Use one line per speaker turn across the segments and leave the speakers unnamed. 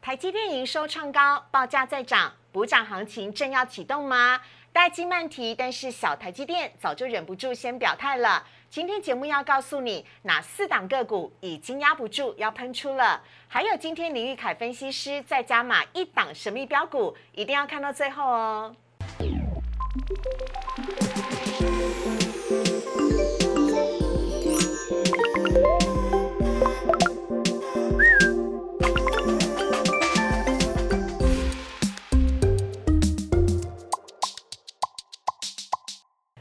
台积电营收创高，报价再涨，补涨行情正要启动吗？大金慢提，但是小台积电早就忍不住先表态了。今天节目要告诉你哪四档个股已经压不住，要喷出了。还有今天林玉凯分析师再加码一档神秘标股，一定要看到最后哦。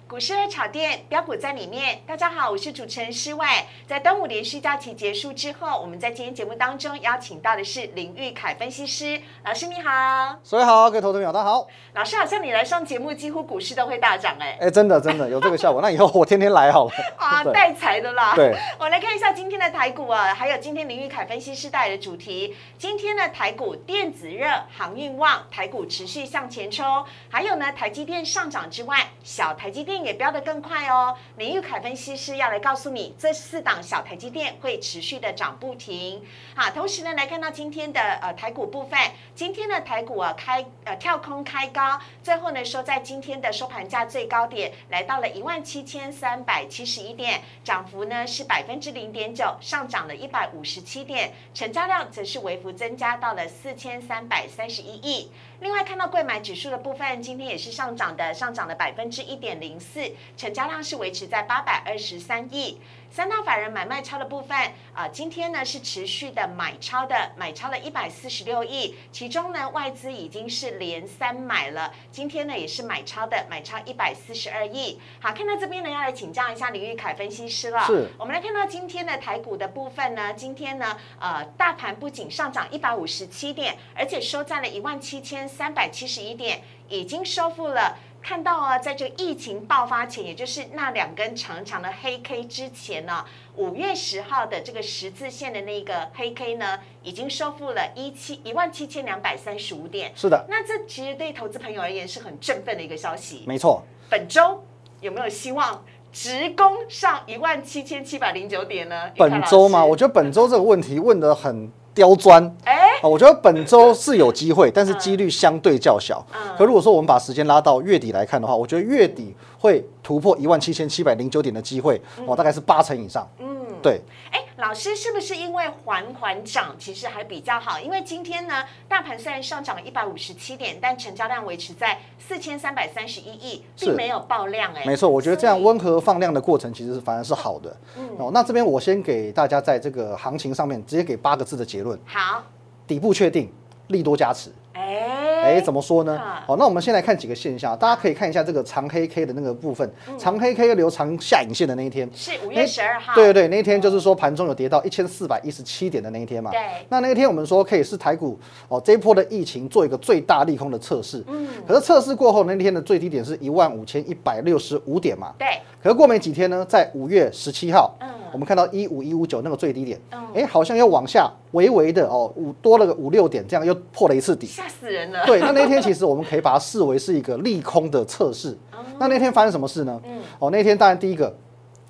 股市热炒店标股在里面。大家好，我是主持人施外。在端午连续假期结束之后，我们在今天节目当中邀请到的是林玉凯分析师老师，你好。
所以好，各位投资朋友，大家好。
老师好像你来上节目，几乎股市都会大涨哎、
哎，真的真的有这个 效果，那以后我天天来好了。
啊，
对
带财的啦。
对，
我来看一下今天的台股啊，还有今天林玉凯分析师带来的主题。今天的台股电子热，航运旺，台股持续向前冲。还有呢，台积电上涨之外，小台积电也飙得更快哦。林玉凯分析师要来告诉你，这四档小台积电会持续的涨不停。好，同时呢，来看到今天的呃台股部分，今天的台股啊开呃跳空开高，最后呢收在今天的收盘价最高点，来到了一万七千三百七十一点，涨幅呢是百分之零点九，上涨了一百五十七点，成交量则是微幅增加到了四千三百三十一亿。另外，看到贵买指数的部分，今天也是上涨的，上涨了百分之一点零四，成交量是维持在八百二十三亿。三大法人买卖超的部分，啊、今天呢是持续的买超的，买超了一百四十六亿，其中呢外资已经是连三买了，今天呢也是买超的，买超一百四十二亿。好，看到这边呢要来请教一下林玉凯分析师了。
是
我们来看到今天的台股的部分呢，今天呢，呃，大盘不仅上涨一百五十七点，而且收在了一万七千三百七十一点，已经收复了。看到啊，在这个疫情爆发前，也就是那两根长长的黑 K 之前呢、五月十号的这个十字线的那个黑 K 呢，已经收复了一七一万七千两百三十五点。
是的，
那这其实对投资朋友而言是很振奋的一个消息。
没错。
本周有没有希望直攻上一万七千七百零九点呢？
本周嘛，
玉凯老
我
师
觉得本周这个问题问得很刁钻
哎
啊。我觉得本周是有机会，但是几率相对较小
嗯。
可如果说我们把时间拉到月底来看的话，我觉得月底会突破一万七千七百零九点的机会，
嗯
哦，大概是八成以上。嗯，对，
哎，老师是不是因为缓缓涨，其实还比较好？因为今天呢，大盘虽然上涨了一百五十七点，但成交量维持在四千三百三十一亿，并
是
没有爆量、哎，
没错，我觉得这样
所以嗯
温和放量的过程其实是反而是好的。哦，那这边我先给大家在这个行情上面直接给八个字的结论：
好，
底部确定，利多加持。
哎，
哎，怎么说呢
啊？
好，那我们先来看几个现象，大家可以看一下这个长黑 K 的那个部分，
嗯
长黑 K 留长下影线的那一天。
是五
五
月十二号？
哎对对对，那一天就是说盘中有跌到一千四百一十七点的那一天嘛。
对
那那一天我们说可以是台股哦这一波的疫情做一个最大利空的测试。嗯。可是测试过后，那天的最低点是一万五千一百六十五点嘛。
对
可是过没几天呢，在五月十七号，
嗯
我们看到一五一五九那个最低点
嗯，
哎，好像又往下微微的哦，五多了个五六点，这样又破了一 次底。
吓死人了。
对，那那天其实我们可以把它视为是一个利空的测试。
嗯
那那天发生什么事呢？哦，那天当然第一个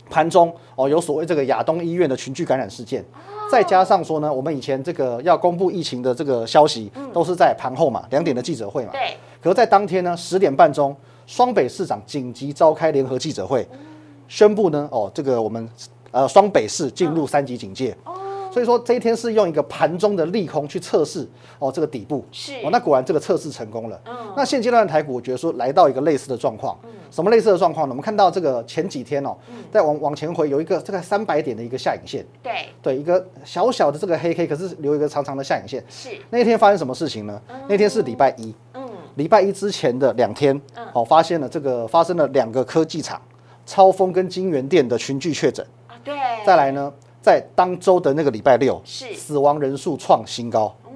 盘中哦有所谓这个亚东医院的群聚感染事件。再加上说呢，我们以前这个要公布疫情的这个消息，都是在盘后嘛，两点的记者会嘛。
对，
可是在当天呢，十点半钟，双北市长紧急召开联合记者会，宣布呢，哦，这个我们呃双北市进入三级警戒。
哦
所以说这一天是用一个盘中的利空去测试哦这个底部，
是
哦，那果然这个测试成功了。
嗯
那现阶段的台股，我觉得说来到一个类似的状况。什么类似的状况呢？我们看到这个前几天哦，再往往前回有一个这个三百点的一个下影线，
对，
对，一个小小的这个黑 K，可是留一个长长的下影线。
是，
那天发生什么事情呢？那天是礼拜一，
嗯，
礼拜一之前的两天，哦，发现了这个发生了两个科技厂超峰跟金源店的群聚确诊。
啊，对，
再来呢，在当周的那个礼拜六，
是
死亡人数创新高。
嗯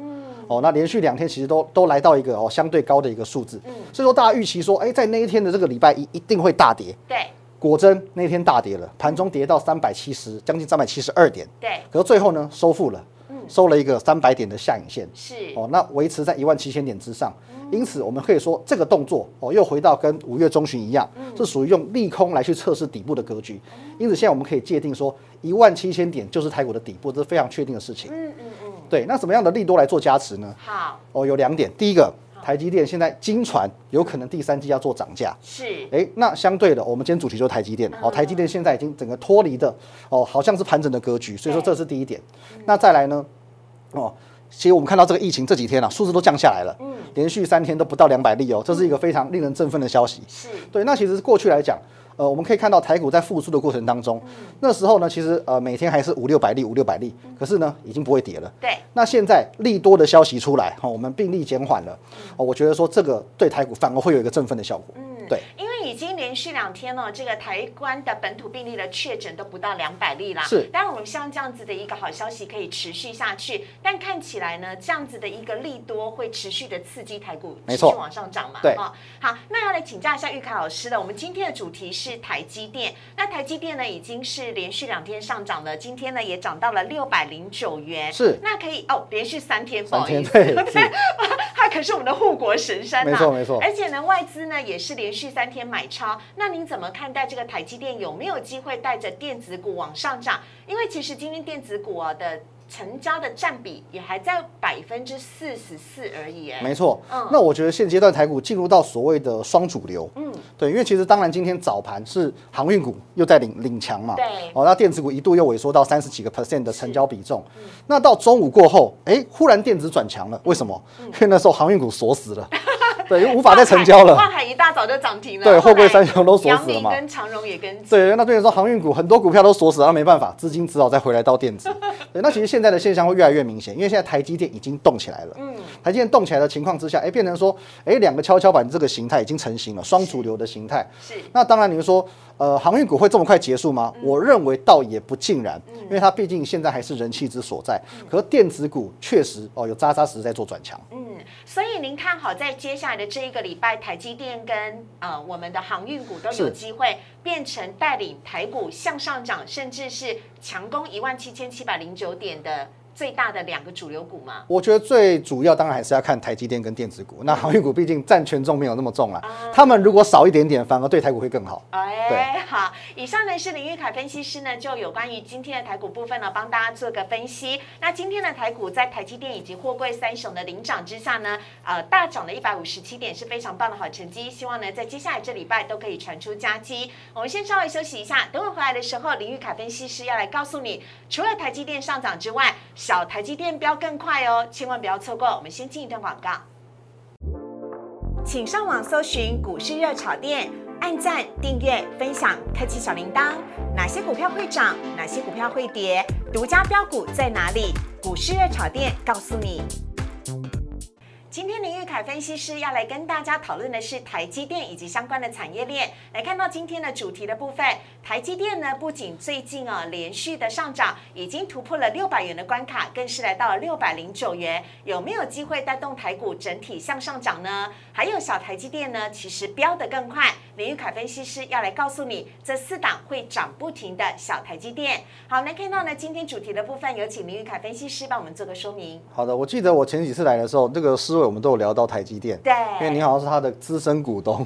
哦，那连续两天其实都都来到一个哦相对高的一个数字，所以说大家预期说，哎，在那一天的这个礼拜一一定会大跌，
对
果真那天大跌了，盘中跌到三百七十，将近三百七十二点，
对
可是最后呢收复了，收了一个三百点的下影线，
是，
哦，那维持在一万七千点之上。因此，我们可以说这个动作哦，又回到跟五月中旬一样，是属于用利空来去测试底部的格局。因此，现在我们可以界定说，一万七千点就是台股的底部，这是非常确定的事情。
嗯嗯嗯，
对，那什么样的利多来做加持呢？
好，
哦，有两点，第一个，台积电现在经传有可能第三季要做涨价。
是，
哎，那相对的，我们今天主题就是台积电哦，台积电现在已经整个脱离的哦，好像是盘整的格局，所以说这是第一点。那再来呢，哦，其实我们看到这个疫情这几天啊，数字都降下来了，
嗯，
连续三天都不到两百例哦，这是一个非常令人振奋的消息。
是，
对，那其实过去来讲，呃，我们可以看到台股在复苏的过程当中，那时候呢，其实呃每天还是五六百例，五六百例，可是呢，已经不会跌了。
对，
那现在利多的消息出来，哦哈、我们病例减缓了，哦，我觉得说这个对台股反而会有一个振奋的效果。
嗯，
对，
因为已经连续两天哦了，这个台湾的本土病例的确诊都不到两百例啦。
是
当然我们希望这样子的一个好消息可以持续下去，但看起来呢，这样子的一个利多会持续的刺激台股持
没
续
错
往上涨嘛。
对
哦，好，那要来请教一下玉凯老师了。我们今天的主题是台积电，那台积电呢已经是连续两天上涨了，今天呢也涨到了六百零九元。
是
那可以哦，连续三天，不
三
好意
天
思，
对是
它可是我们的护国神山呐、
没错没错
而且呢，外资呢也是连续三天买超。那您怎么看待这个台积电有没有机会带着电子股往上涨？因为其实今天电子股啊的成交的占比也还在百分之四十四而已、哎，
没错
嗯，
那我觉得现阶段台股进入到所谓的双主流，
嗯，
对，因为其实当然今天早盘是航运股又在领领强嘛，
对
哦，那电子股一度又萎缩到三十几个 percent 的成交比重，
嗯
那到中午过后，哎，忽然电子转强了，为什么？
嗯
因为那时候航运股锁死 了，对，因为无法再成交了
万海。万海一大早就涨停了，
对货
后
柜
来
三雄都锁死了
阳明
嘛
跟长荣也跟进，
对，那对你说航运股很多股票都锁死了，那没办法，资金只好再回来到电子。对，那其实现在的现象会越来越明显，因为现在台积电已经动起来了。
嗯，
台积电动起来的情况之下，哎，变成说，哎，两个跷跷板这个形态已经成型了，双主流的形态。
是
那当然，你说，呃，航运股会这么快结束吗？我认为倒也不尽然，因为它毕竟现在还是人气之所在。可是电子股确实哦，有扎扎实实在做转强。
嗯，所以您看好在接下来的这一个礼拜，台积电跟呃我们的航运股都有
是
机会变成带领台股向上涨，甚至是强攻一万七千七百零九点的最大的两个主流股嘛？
我觉得最主要当然还是要看台积电跟电子股。那航运股毕竟占权重没有那么重啦，
啊
他们如果少一点点，反而对台股会更好。
哎，好，以上呢是林玉凯分析师呢，就有关于今天的台股部分呢，帮大家做个分析。那今天的台股在台积电以及货柜三雄的领涨之下呢，呃，大涨了一百五十七点，是非常棒的好成绩。希望呢，在接下来这礼拜都可以传出佳绩。我们先稍微休息一下，等我回来的时候，林玉凯分析师要来告诉你，除了台积电上涨之外，小台积电飙更快哦，千万不要错过。我们先进一段广告。请上网搜寻股市热炒店，按赞、订阅、分享，开启小铃铛。哪些股票会涨？哪些股票会跌？独家标股在哪里？股市热炒店告诉你。今天林玉凯分析师要来跟大家讨论的是台积电以及相关的产业链。来看到今天的主题的部分，台积电呢不仅最近啊连续的上涨，已经突破了六百元的关卡，更是来到了六百零九元，有没有机会带动台股整体向上涨呢？还有小台积电呢，其实飙得更快。林玉凯分析师要来告诉你，这四档会涨不停的小台积电。好，来看到呢今天主题的部分，有请林玉凯分析师帮我们做个说明。
好的，我记得我前几次来的时候，那个思维我们都有聊到台积电，
对
因为哎你好像是他的资深 股东，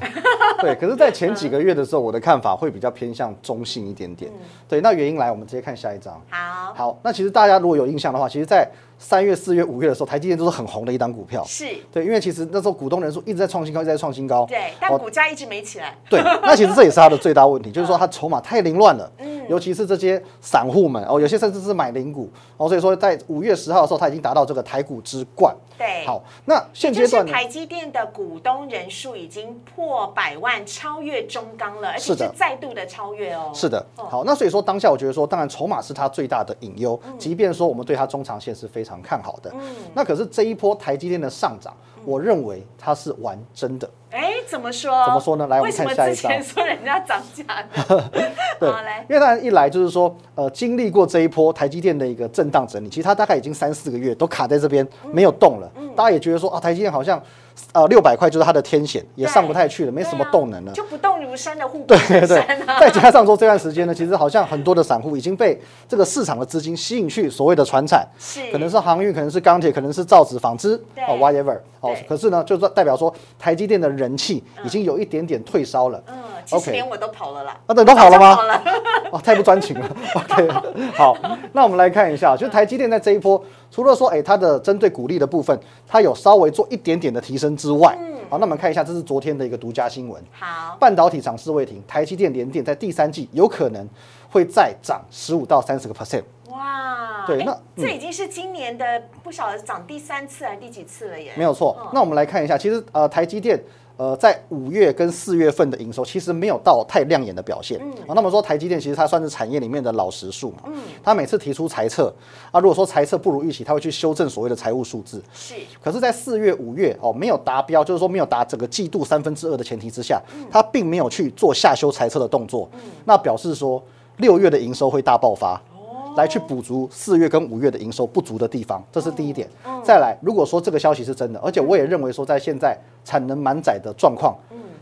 对。可是，在前几个月的时候，我的看法会比较偏向中性一点点，
嗯
对。那原因来，我们直接看下一张。
好，
好，那其实大家如果有印象的话，其实，在三月、四月、五月的时候，台积电都是很红的一档股票，
是。
对，因为其实那时候股东人数一直在创新高，一直在创新高，
对，但
哦
股价一直没起来。
对，那其实这也是他的最大问题，就是说他筹码太凌乱了，
嗯
尤其是这些散户们哦，有些甚至是买零股哦，所以说在五月十号的时候，他已经达到这个台股之冠。
对，，
好，那现
就
阶
是
段呢？
台积电的股东人数已经破百万，超越中钢了，而且
是的
是再度的超越哦。
是的，
哦
好，那所以说当下我觉得说，当然筹码是它最大的隐忧，
嗯
即便说我们对它中长线是非常看好的，那可是这一波台积电的上涨，
嗯
我认为它是玩真的，
哎，怎么说？
怎么说呢来我
为
们
什
看
么
下
之
一张
前说人家涨价呢？
对
好来，
因为当然一来就是说，呃，经历过这一波台积电的一个震荡整理，其实它大概已经三四个月都卡在这边没有动了，
嗯
大家也觉得说啊，台积电好像呃六百块就是它的天险，也上不太去了，没什么
对啊
动 能了。
就不动如山的护国
对
神
对对
山，啊。
再加上说这段时间呢，其实好像很多的散户已经被这个市场的资金吸引去所谓的船产，
是，
可能是航运，可能是钢铁，可能是造纸、纺织，
对
哦，whatever，哦
对，
可是呢，就是代表说台积电的人气已经有一点点退烧了。
嗯，其实
OK
连我都跑了啦。
啊，对，都跑
早
了
就跑
吗？
了，
哦，太不专情了。OK，好，那我们来看一下，就是台积电在这一波，除了说，哎，它的针对股利的部分，它有稍微做一点点的提升之外，好，那我们看一下，这是昨天的一个独家新闻，
好，
半导体厂世卫庭，台积电、联电在第三季有可能会再涨十五到三十个 percent。
哇，
对
哎
那嗯
这已经是今年的不少涨第三次还是第几次了耶？
没有错。那我们来看一下，其实呃，台积电呃在五月跟四月份的营收其实没有到太亮眼的表现。嗯，啊，那么说台积电其实它算是产业里面的老实数嘛。嗯，它每次提出财测啊，如果说财测不如预期，它会去修正所谓的财务数字。
是
可是，在四月、五月哦，没有达标，就是说没有达整个季度三分之二的前提之下，它并没有去做下修猜测的动作，那表示说六月的营收会大爆发，来去补足四月跟五月的营收不足的地方，这是第一点。再来，如果说这个消息是真的，而且我也认为说，在现在产能满载的状况，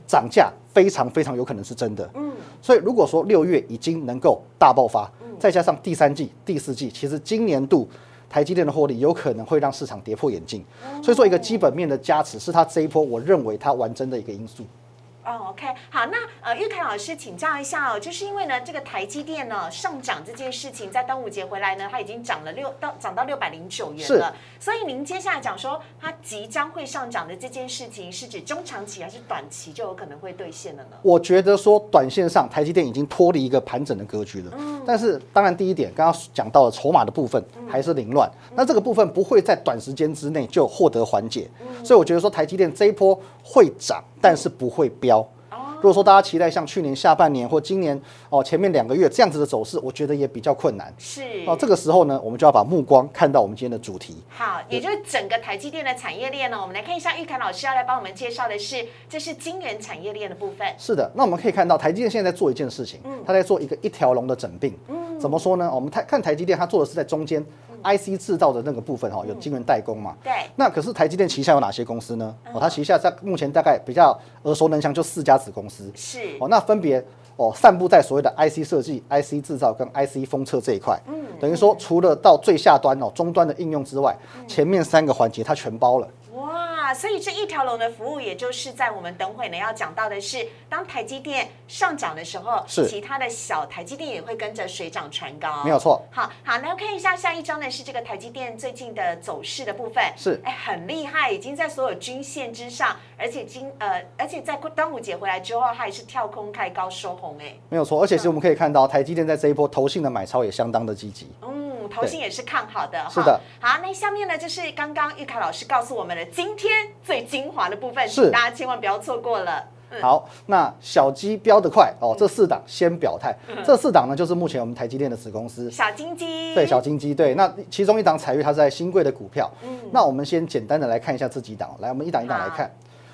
涨价非常非常有可能是真的。所以如果说六月已经能够大爆发，再加上第三季、第四季，其实今年度台积电的获利有可能会让市场跌破眼镜。所以说，一个基本面的加持是它这一波我认为它完真的一个因素。
哦，OK，好，那呃，玉凯老师请教一下哦，就是因为呢，这个台积电呢上涨这件事情，在端午节回来呢，它已经涨了六到涨到六百零九元了，所以您接下来讲说它即将会上涨的这件事情，是指中长期还是短期就有可能会兑现了呢？
我觉得说，短线上台积电已经脱离一个盘整的格局了。但是，当然第一点，刚刚讲到的筹码的部分还是凌乱，那这个部分不会在短时间之内就获得缓解。所以我觉得说，台积电这一波会涨，但是不会飙。如果说大家期待像去年下半年或今年哦前面两个月这样子的走势，我觉得也比较困难。
是
哦，这个时候呢，我们就要把目光看到我们今天的主题。
好，也就是整个台积电的产业链呢，我们来看一下玉凯老师要来帮我们介绍的是，这是晶圆产业链的部分。
是的，那我们可以看到台积电现在在做一件事情，它在做一个一条龙的整并。怎么说呢？哦我们台看台积电，它做的是在中间 IC 制造的那个部分哦哈，有晶圆代工嘛。
对，
那可是台积电旗下有哪些公司呢？哦，它旗下在目前大概比较耳熟能详就四家子公司。
是
哦，那分别哦散布在所谓的 IC 设计、IC 制造跟 IC 封测这一块。嗯，等于说除了到最下端哦终端的应用之外，前面三个环节它全包了。
哇，所以这一条龙的服务，也就是在我们等会呢要讲到的是，当台积电上涨的时候，
是
其他的小台积电也会跟着水涨船高，
没有错。
好好，那看一下下一章呢是这个台积电最近的走势的部分，
是
哎很厉害，已经在所有均线之上，而且今呃而且在端午节回来之后，它也是跳空开高收红哎、
没有错，而且其实我们可以看到，台积电在这一波投信的买超也相当的积极。
嗯，投信也是看好的哈。
是的。
好，那下面呢就是刚刚玉凯老师告诉我们的今天最精华的部分，
是
请大家千万不要错过了。嗯
好，那小鸡标得快哦，这四档先表态，这四档呢就是目前我们台积电的子公司。
小金鸡，
对小金鸡，对，那其中一档彩玉它是在新贵的股票，那我们先简单的来看一下这几档，来，我们一档一档来看。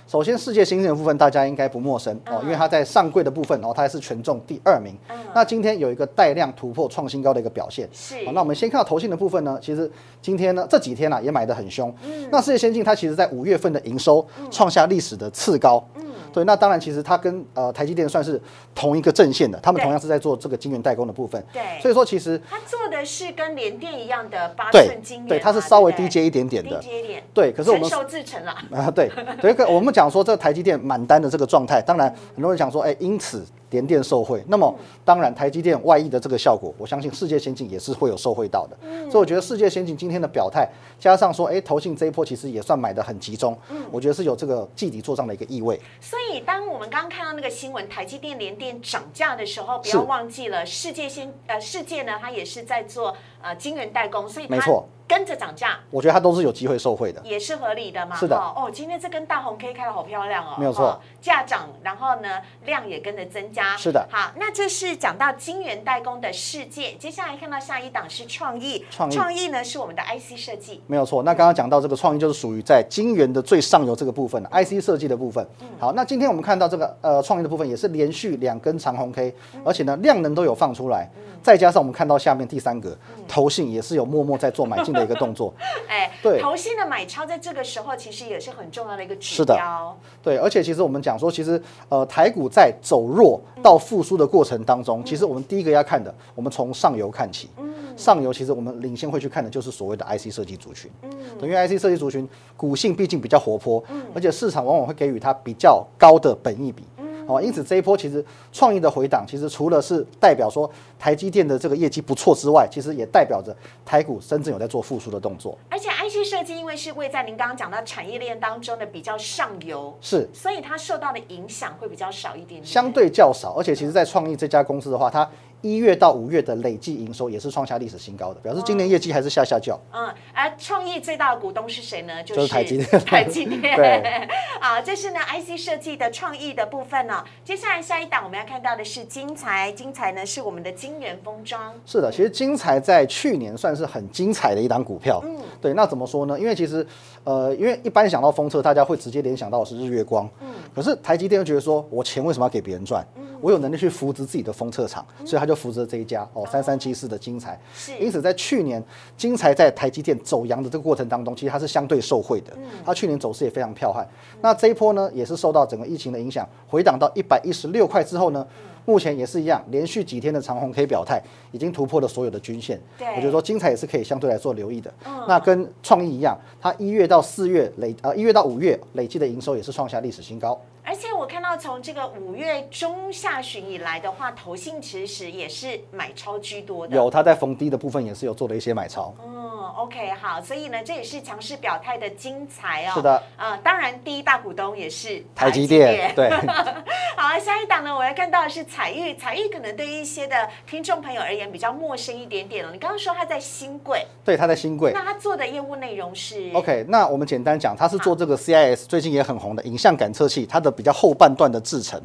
首先，世界新星的部分大家应该不陌生哦，因为它在上柜的部分，哦，它还是权重第二名。那今天有一个带量突破创新高的一个表现，
是
好，那我们先看到投信的部分呢，其实今天呢这几天啊也买得很凶。
嗯
那世界先进它其实在五月份的营收创下历史的次高。
嗯
对，那当然其实它跟呃台积电算是同一个阵线的，他们
对
同样是在做这个晶圆代工的部分。
对
所以说其实
它做的是跟联电一样的八
对
寸晶圆嘛，
对，它是稍微
对不对
低阶一点点的
低。阶一点，
对，可是我们
成熟制成了，
啊，对，有一个我们讲说这台积电满单的这个状态，当然很多人讲说，哎，因此联电受惠，那么当然台积电外溢的这个效果，我相信世界先进也是会有受惠到的。所以我觉得世界先进今天的表态，加上说，哎，投信这一波其实也算买的很集中，我觉得是有这个季底做账的一个意味。
所以当我们刚刚看到那个新闻，台积电、联电涨价的时候，不
是
要忘记了世界先呃世界呢，它也是在做呃晶圆代工，所以它
没错
跟着涨价，
我觉得它都是有机会受惠的。
也是合理的嘛。
是的
哦，哦今天这根大红 K 开的好漂亮哦，
没有错
哦，价涨，然后呢量也跟着增加。
是的
好，那这是讲到晶圆代工的世界，接下来看到下一档是创意，
创意
呢是我们的 IC 设 计，
没有错。那刚刚讲到这个创意，就是属于在晶圆的最上游这个部分，IC 设计的部分。好，那今天我们看到这个呃创意的部分也是连续两根长红 K，而且呢量能都有放出来，再加上我们看到下面第三个投信也是有默默在做买进的一个动作。
哎，
对
投信的买超在这个时候其实也是很重要的一个指
是的
标。
对，而且其实我们讲说，其实呃台股在走弱到复苏的过程当中，其实我们第一个要看的，我们从上游看起。上游其实我们领先会去看的就是所谓的 IC 设计族群，等于 IC 设计族群股性毕竟比较活泼，而且市场往往会给予它比较高的本益比。哦，因此这一波其实创意的回档，其实除了是代表说台积电的这个业绩不错之外，其实也代表着台股深圳有在做复苏的动作。
而且 IC 设计因为是位在您刚刚讲到产业链当中的比较上游，
是
所以它受到的影响会比较少一点点。
相对较少，而且其实在创意这家公司的话，它一月到五月的累计营收也是创下历史新高的，表示今年业绩还是下下叫。
嗯，而创意最大的股东是谁呢？就
就是台积电
台积电。
对，
啊，这是呢 IC 设计的创意的部分呢、接下来下一档我们要看到的是精彩，精彩呢是我们的金源封装。
是的，其实精彩在去年算是很精彩的一档股票。
嗯
对，那怎么说呢？因为其实，呃，因为一般想到封测，大家会直接联想到的是日月光。
嗯
可是台积电就觉得说，我钱为什么要给别人赚？我有能力去扶植自己的封测厂，
嗯
所以他就扶植这一家哦，三三七四的精彩。
是
因此在去年精彩在台积电走阳的这个过程当中，其实它是相对受惠的，它去年走势也非常彪悍。那这一波呢，也是受到整个疫情的影响，回档到一百一十六块之后呢。目前也是一样，连续几天的长红 K 表态已经突破了所有的均线。
对
我觉得说精彩也是可以相对来做留意的。那跟创意一样，它一月到四月累呃一月到五月累计的营收也是创下历史新高。
而且我看到从这个五月中下旬以来的话，投信其实也是买超居多的。
有它在逢低的部分也是有做了一些买超。
嗯，OK，好，所以呢，这也是强势表态的精彩哦。
是的，
呃，当然第一大股东也是
台积电对
好，下一档呢，我要看到的是彩玉，彩玉可能对于一些的听众朋友而言比较陌生一点点了。你刚刚说他在新贵，
对，它在新贵。
那他做的业务内容是
OK，那我们简单讲，它是做这个 CIS 最近也很红的影像感测器，它的比较后半段的制程。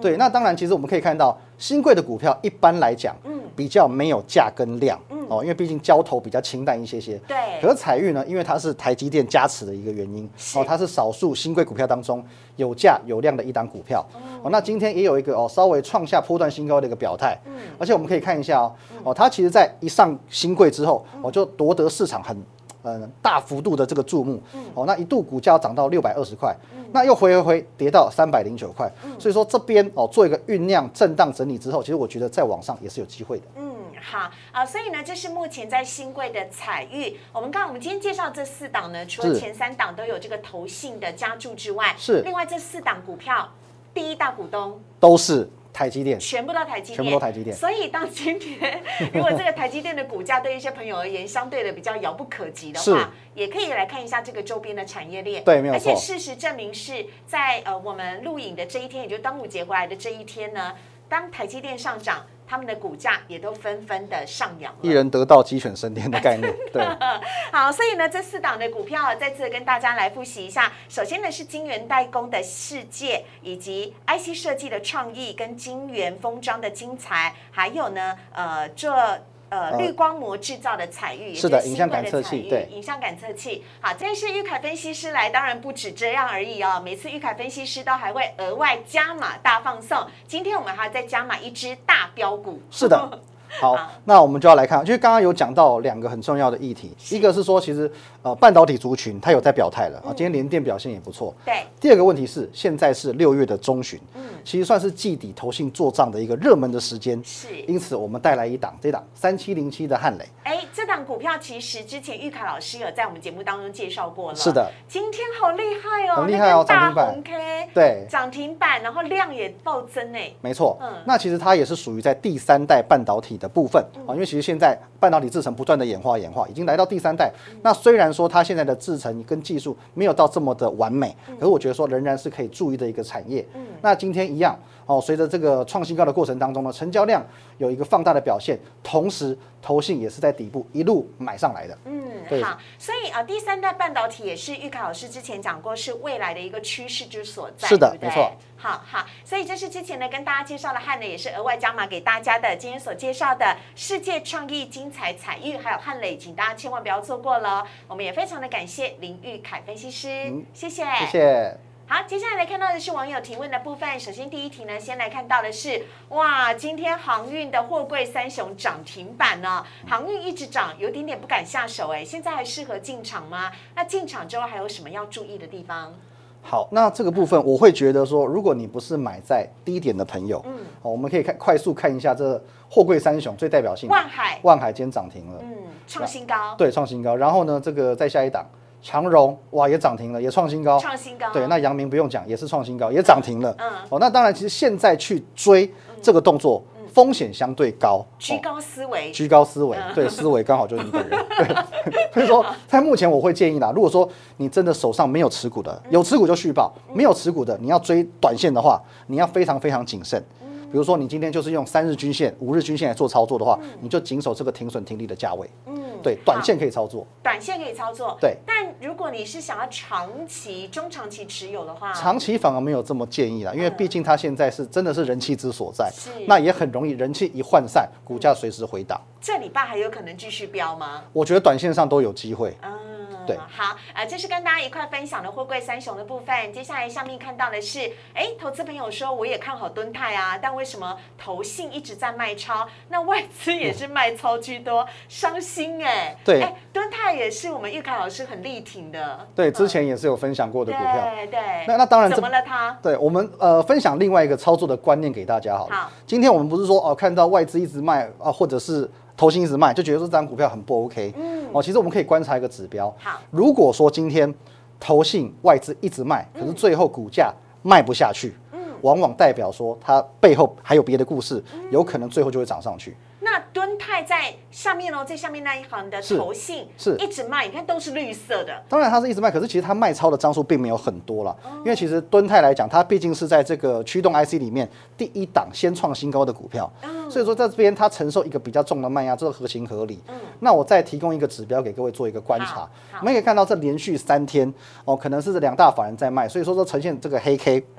对，那当然，其实我们可以看到，新贵的股票一般来讲，比较没有价跟量，哦，因为毕竟交投比较清淡一些些。
对
可是彩玉呢，因为它是台积电加持的一个原因，
是
哦，它是少数新贵股票当中有价有量的一档股票。
嗯
哦，那今天也有一个哦，稍微创下波段新高的一个表态。
嗯
而且我们可以看一下哦，哦，它其实在一上新贵之
嗯
后，哦，就夺得市场很。嗯，大幅度的这个注目，
嗯
哦，那一度股价涨到六百二十块，那又回回回跌到三百零九块，
嗯
所以说这边哦做一个酝酿震荡整理之后，其实我觉得再往上也是有机会的。
嗯，好啊，所以呢，这是目前在新贵的彩玉。我们刚我们今天介绍这四档呢，除了
是
前三档都有这个投信的加注之外，
是
另外这四档股票，第一大股东
都是台积电，
全部都台积电，
全部都台积电
所以当今 天如果这个台积电的股价对一些朋友而言相对的比较遥不可及的
是
话，也可以来看一下这个周边的产业链。
对没有
而且
错
事实证明是在呃我们录影的这一天，也就端午节回来的这一天呢，当台积电上涨，他们的股价也都纷纷的上扬
一
了。
人得道鸡犬升天的概 念，对。
好，所以呢，这四档的股票啊再次跟大家来复习一下。首先呢是晶圆代工的世界，以及 IC 设计的创意跟晶圆封装的精彩，还有呢，呃，这。呃，
呃
绿光膜制造的彩玉，也
是的
就
影
新
像
贵
感测
彩
器
玉
对
影像感测器。好，这是玉凯分析师来，当然不止这样而已哦。每次玉凯分析师都还会额外加码大放送，今天我们还要再加码一只大标股。
是 的。好，那我们就要来看，就是刚刚有讲到两个很重要的议题，一个是说，其实呃半导体族群它有在表态了啊，今天联电表现也不错。
对，
第二个问题是，现在是六月的中旬，其实算是季底投信做账的一个热门的时间，
是。
因此我们带来一档这档三七零七的汉磊，
哎，这档股票其实之前玉凯老师有在我们节目当中介绍过了。
是的，
今天好厉害哦，
很厉害哦
那
涨
根大
停板
红 K，
对
涨停板，然后量也暴增哎，
没错
嗯，
那其实它也是属于在第三代半导体的部分啊，因为其实现在半导体制程不断的演化演化，已经来到第三代。那虽然说它现在的制程跟技术没有到这么的完美，可是我觉得说仍然是可以注意的一个产业。那今天一样哦，随着这个创新高的过程当中呢，成交量有一个放大的表现，同时投信也是在底部一路买上来的。
嗯，
对
好，所以啊，第三代半导体也是玉凯老师之前讲过是未来的一个趋势之所在，
是的
对不对
没错。
好好，所以这是之前呢跟大家介绍的汉磊，也是额外加码给大家的。今天所介绍的世界创意精彩彩玉，还有汉磊，请大家千万不要错过了。哦我们也非常的感谢林玉凯分析师，谢谢，
嗯谢谢。
好，接下来来看到的是网友提问的部分。首先第一题呢，先来看到的是，哇，今天航运的货柜三雄涨停板呢、航运一直涨，有点点不敢下手哎、现在还适合进场吗？那进场之后还有什么要注意的地方？
好，那这个部分我会觉得说，如果你不是买在低点的朋友，嗯，哦，我们可以看快速看一下这货柜三雄最代表性的
万海，
万海今天涨停了，
嗯，创新高，
对，创新高。然后呢，这个再下一档长荣哇也涨停了，也创新高。
创新高，
对，那阳明不用讲，也是创新高，也涨停了。
嗯，
哦，那当然，其实现在去追这个动作，风险相对高，
居
哦
高思维，
居高思维，对，思维刚好就是一个人。 对，所以说在目前我会建议啦，如果说你真的手上没有持股的，有持股就续报，没有持股的，你要追短线的话，你要非常非常谨慎。比如说你今天就是用三日均线、五日均线来做操作的话，你就谨守这个停损停利的价位。
嗯，
对，
好
短线可以操作，
短线可以操作，
对。
但如果你是想要长期、中长期持有的话，
长期反而没有这么建议啦，因为毕竟它现在是真的是人气之所在
是，
那也很容易人气一涣散，股价随时回档。
这礼拜还有可能继续飙吗？
我觉得短线上都有机会。
嗯，
对
好，呃，这是跟大家一块分享的货柜三雄的部分。接下来下面看到的是，哎，投资朋友说我也看好敦泰啊，但为什么投信一直在卖超？那外资也是卖超居多，伤心哎、
嗯对
哎，敦泰也是我们玉凯老师很力挺的，
对，之前也是有分享过的股票。
对对。
那那当然这
怎么了他？
对我们呃分享另外一个操作的观念给大家好了。
好
今天我们不是说哦看到外资一直卖啊，或者是投信一直卖，就觉得说这张股票很不 OK。
嗯
哦，其实我们可以观察一个指标。
好
如果说今天投信外资一直
嗯
卖，可是最后股价卖不下去，往往代表说它背后还有别的故事，
嗯
有可能最后就会涨上去。
那敦泰在下面哦，最下面那一行的
是
投信
是
一直卖，你看都是绿色的，
当然它是一直卖，可是其实它卖超的张数并没有很多
哦
了，因为其实敦泰来讲，它毕竟是在这个驱动 IC 里面第一档先创新高的股票，
哦
所以说在这边它承受一个比较重的卖压，这个合情合理。那我再提供一个指标给各位做一个观察
嗯好，
我们可以看到这连续三天哦，可能是两大法人在卖，所以说都呈现这个黑 K。可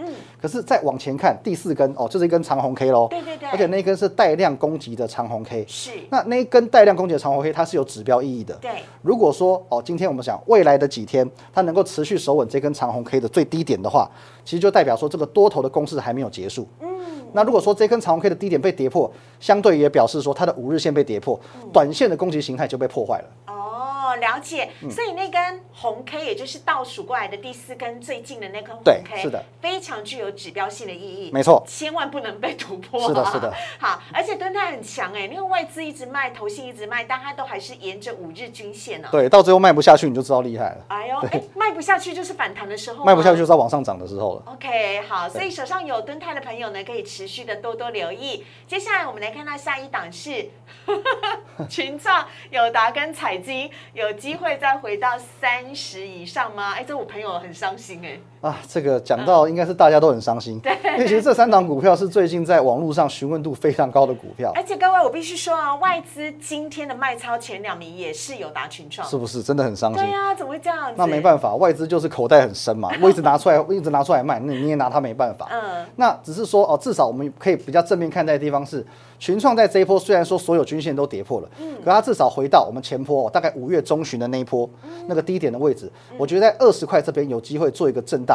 嗯
是再往前看第四根哦，这是一根长红 K 喽。
对对对
而且那一根是带量攻击的长红 K。
是，
那那一根带量攻击的长红 K，它是有指标意义的。
对，
如果说哦，今天我们想未来的几天它能够持续守稳这根长红 K 的最低点的话，其实就代表说这个多头的攻势还没有结束。
嗯，
那如果说这根长红 K 的低点被跌破，相对也表示说它的五日线被跌破，短线的攻击形态就被破坏了。
哦，了解。
嗯
所以那根红 K，也就是倒数过来的第四根最近的那根红
对
K，
是的，
非常具有指标性的意义。
没错
千万不能被突破、
是的是的。
好，而且敦泰很强哎、因为外资一直卖，投信一直卖，但它都还是沿着五日均线呢、
对，到最后卖不下去，你就知道厉害了。
哎呦，哎、卖不下去就是反弹的时候、
卖不下去就。是要往上涨的时候了。
OK，好，所以手上有蹲泰的朋友呢，可以持续的多多留意。接下来我们来看到下一档是 群创、友达跟彩金，有机会再回到三十以上吗？哎，这我朋友很伤心哎、
啊，这个讲到应该是大家都很伤心，因为其实这三档股票是最近在网络上询问度非常高的股票，
而且各位，我必须说啊，外资今天的卖超前两名也是友达、群创
是。不是真的很伤心
对？呀、怎么会这样子？
那没
法，
办法，外资就是口袋很深嘛，我一直拿出来，我一直拿出来卖，那你也拿它没办法。
嗯，
那只是说哦，至少我们可以比较正面看待的地方是，群创在这一波虽然说所有均线都跌破了，可它至少回到我们前波、哦、大概五月中旬的那一波、那个低点的位置，我觉得在二十块这边有机会做一个震荡。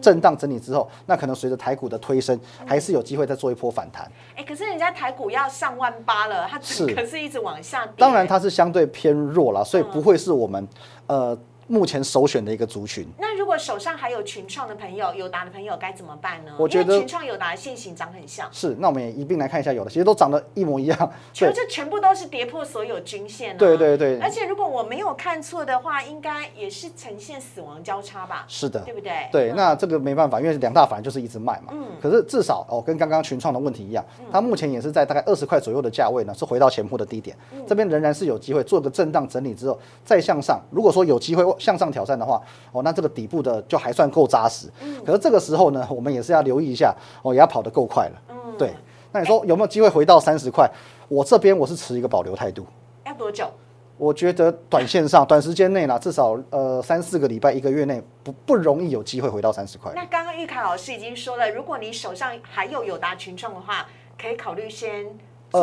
震荡整理之后，那可能随着台股的推升，还是有机会再做一波反弹。
哎，可是人家台股要上万八了，它整个是一直往下跌。
当然，它是相对偏弱啦，所以不会是我们呃目前首选的一个族群。
那如果手上还有群创的朋友、友达的朋友该怎么办呢？
我觉
因为
得
群创、友达的现形长很像，
是，那我们也一并来看一下，有的其实都长得一模一样。
全
对
这全部都是跌破所有均线、啊。
对对对
而且如果我没有看错的话，应该也是呈现死亡交叉吧？
是的
对，不对？
对，那这个没办法，因为两大法人就是一直卖嘛。可是至少哦，跟刚刚群创的问题一样，它目前也是在大概二十块左右的价位呢，是回到前波的低点，这边仍然是有机会做个震荡整理之后再向上。如果说有机会向上挑战的话，哦，那这个底部的就还算够扎实。可是这个时候呢，我们也是要留意一下，哦，也要跑得够快了。对，那你说有没有机会回到三十块？我这边我是持一个保留态度。
要多久？
我觉得短线上、短时间内啦，至少呃三四个礼拜、一个月内不不容易有机会回到三十块。
那刚刚玉凯老师已经说了，如果你手上还有友达群创的话，可以考虑先
呃，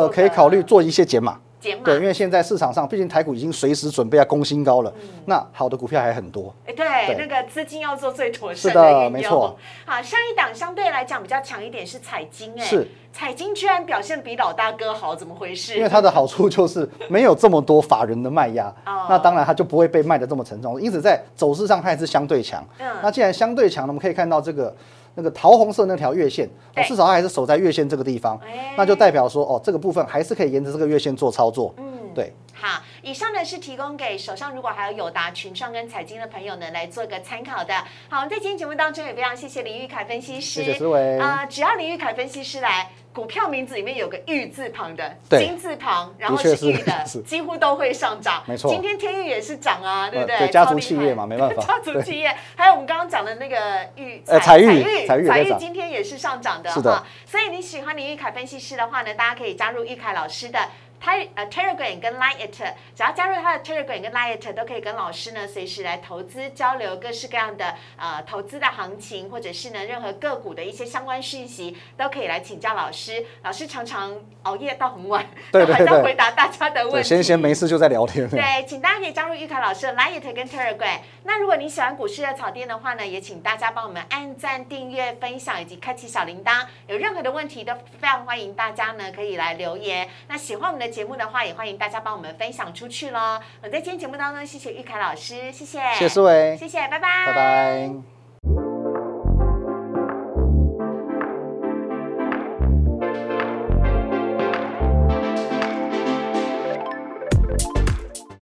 做个
可以考虑做一些减码，
减码。
对，因为现在市场上毕竟台股已经随时准备要攻新高了，
嗯
那好的股票还很多。
哎，对，那
对
个资金要做最妥善
是的
运用。
没错。
好，上一档相对来讲比较强一点是彩金，哎，
是
彩金居然表现比老大哥好，怎么回事？
因为它的好处就是没有这么多法人的卖压，
哦
那当然它就不会被卖得这么沉重，因此在走势上它还是相对强。
嗯
那既然相对强呢，我们可以看到这个那个桃红色那条月线，
对
哦，至少它还是守在月线这个地方
哎，
那就代表说哦，这个部分还是可以沿着这个月线做操作。
嗯，
对。
好，以上呢是提供给手上如果还有友达、群创跟财经的朋友呢来做个参考的。好，我们在今天节目当中也非常谢谢林玉凯分析师，
谢谢思维
啊、只要林玉凯分析师来，股票名字里面有个玉字旁的，
对
金字旁，然后
的确
是玉
是
的，
是
几乎都会上涨。
没错
今天天域也是涨啊，对不对？
呃对家
超
族
厉
企
害
业嘛没办法
家族企业，还有我们刚刚讲的那个玉，
呃
彩
彩玉
彩
彩玉
玉，
也在涨
今天也是上涨的
是的
哈。所以你喜欢林玉凯分析师的话呢，大家可以加入玉凯老师的 Te 呃 Telegram 跟 Line，at，只要加入他的 Telegram 跟 Line at，都可以跟老师呢随时来投资交流各式各样的呃投资的行情，或者是呢任何个股的一些相关讯息，都可以来请教老师。老师常常熬夜到很晚，
对
都还
对
在
对
回答大家的问
对，
题。
闲闲没事就在聊天。
对，请大家可以加入玉凯老师的 Light 跟 Telegram。那如果你喜欢股市的草甸的话呢，也请大家帮我们按赞、订阅、分享以及开启小铃铛。有任何的问题都非常欢迎大家呢可以来留言。那喜欢我们的节目的话，也欢迎大家帮我们分享出去喽。我们在今天节目当中，谢谢玉凯老师，谢谢，
谢谢思维
谢谢，拜
拜拜。